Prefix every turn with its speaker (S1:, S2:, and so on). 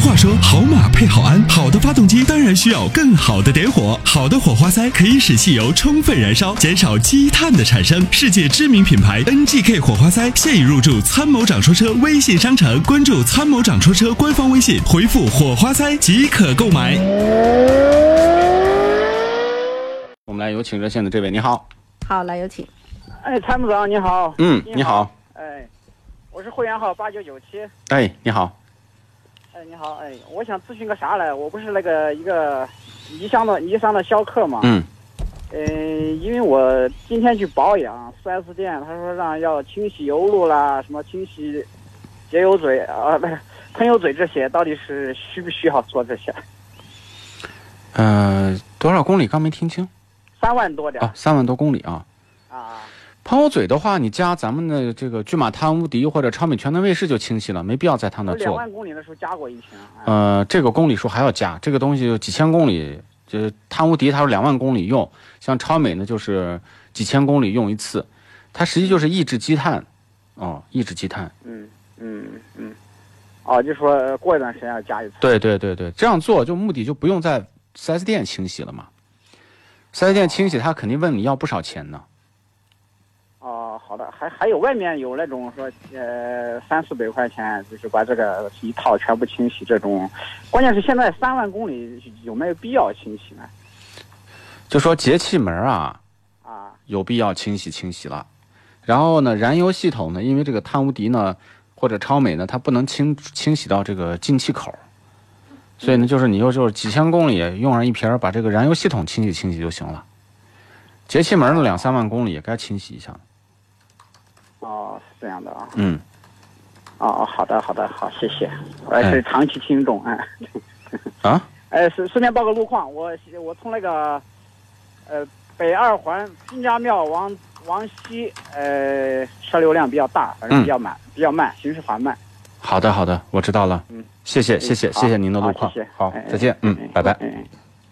S1: 话说，好马配好鞍，好的发动机当然需要更好的点火。好的火花塞可以使汽油充分燃烧，减少积碳的产生。世界知名品牌 NGK 火花塞现已入驻参谋长说车微信商城，关注参谋长说车官方微信，回复火花塞即可购买。
S2: 我们来有请热线的这位，你好。
S3: 好，来有请。
S4: 哎，参谋长你好。
S2: 嗯，你好。
S4: 哎，我是会员号八九九七。
S2: 哎，你好。
S4: 哎，你好。哎，我想咨询个啥来？我不是那个一个尼桑的尼桑的逍客嘛。
S2: 嗯。
S4: 呃，因为我今天去保养四 S 店，他说让要清洗油路啦，什么清洗节油嘴啊，不是喷油嘴这些，到底是需不需要做这些？
S2: 呃，多少公里？刚没听清
S4: 三万多点
S2: 啊，三万多公里啊。
S4: 啊。
S2: 喷油嘴的话，你加咱们的这个骏马探无敌或者超美全能卫士就清晰了，没必要在他那
S4: 我两
S2: 做。
S4: 万公里的时候加过一瓶。哎
S2: 呃，这个公里数还要加，这个东西有几千公里，就是探无敌它是两万公里用，像超美呢就是几千公里用一次，它实际就是抑制积碳，哦，抑制积碳。
S4: 嗯嗯嗯。哦，就说呃过一段时间要加一次。
S2: 对对对对，这样做就目的就不用在 4S 店清洗了嘛。4S 店清洗，他肯定问你要不少钱呢。
S4: 哦，好的，还还有外面有那种说，呃，三四百块钱，就是把这个一套全部清洗这种，关键是现在三万公里有没有必要清洗呢？
S2: 就说节气门啊，
S4: 啊，
S2: 有必要清洗清洗了。然后呢，燃油系统呢，因为这个碳无敌呢或者超美呢，它不能清清洗到这个进气口，所以呢，就是你又就是几千公里用上一瓶儿，把这个燃油系统清洗清洗就行了。节气门呢，两三万公里也该清洗一下了。
S4: 哦，是这样的啊，
S2: 嗯。
S4: 哦，好的，好的，好，谢谢，我也是长期听众，哎，
S2: 啊，
S4: 哎，顺顺便报个路况，我我从那个，呃，北二环金家庙往往西，呃，车流量比较大，
S2: 嗯
S4: 反正比较慢，比较慢，行驶缓慢，
S2: 好的，好的，我知道了。
S4: 嗯，
S2: 谢谢，谢谢，
S4: 好
S2: 谢谢您的路
S4: 好
S2: 况
S4: 谢谢。
S2: 好
S4: 哎，
S2: 再见。嗯
S4: 哎，
S2: 拜拜。
S4: 嗯。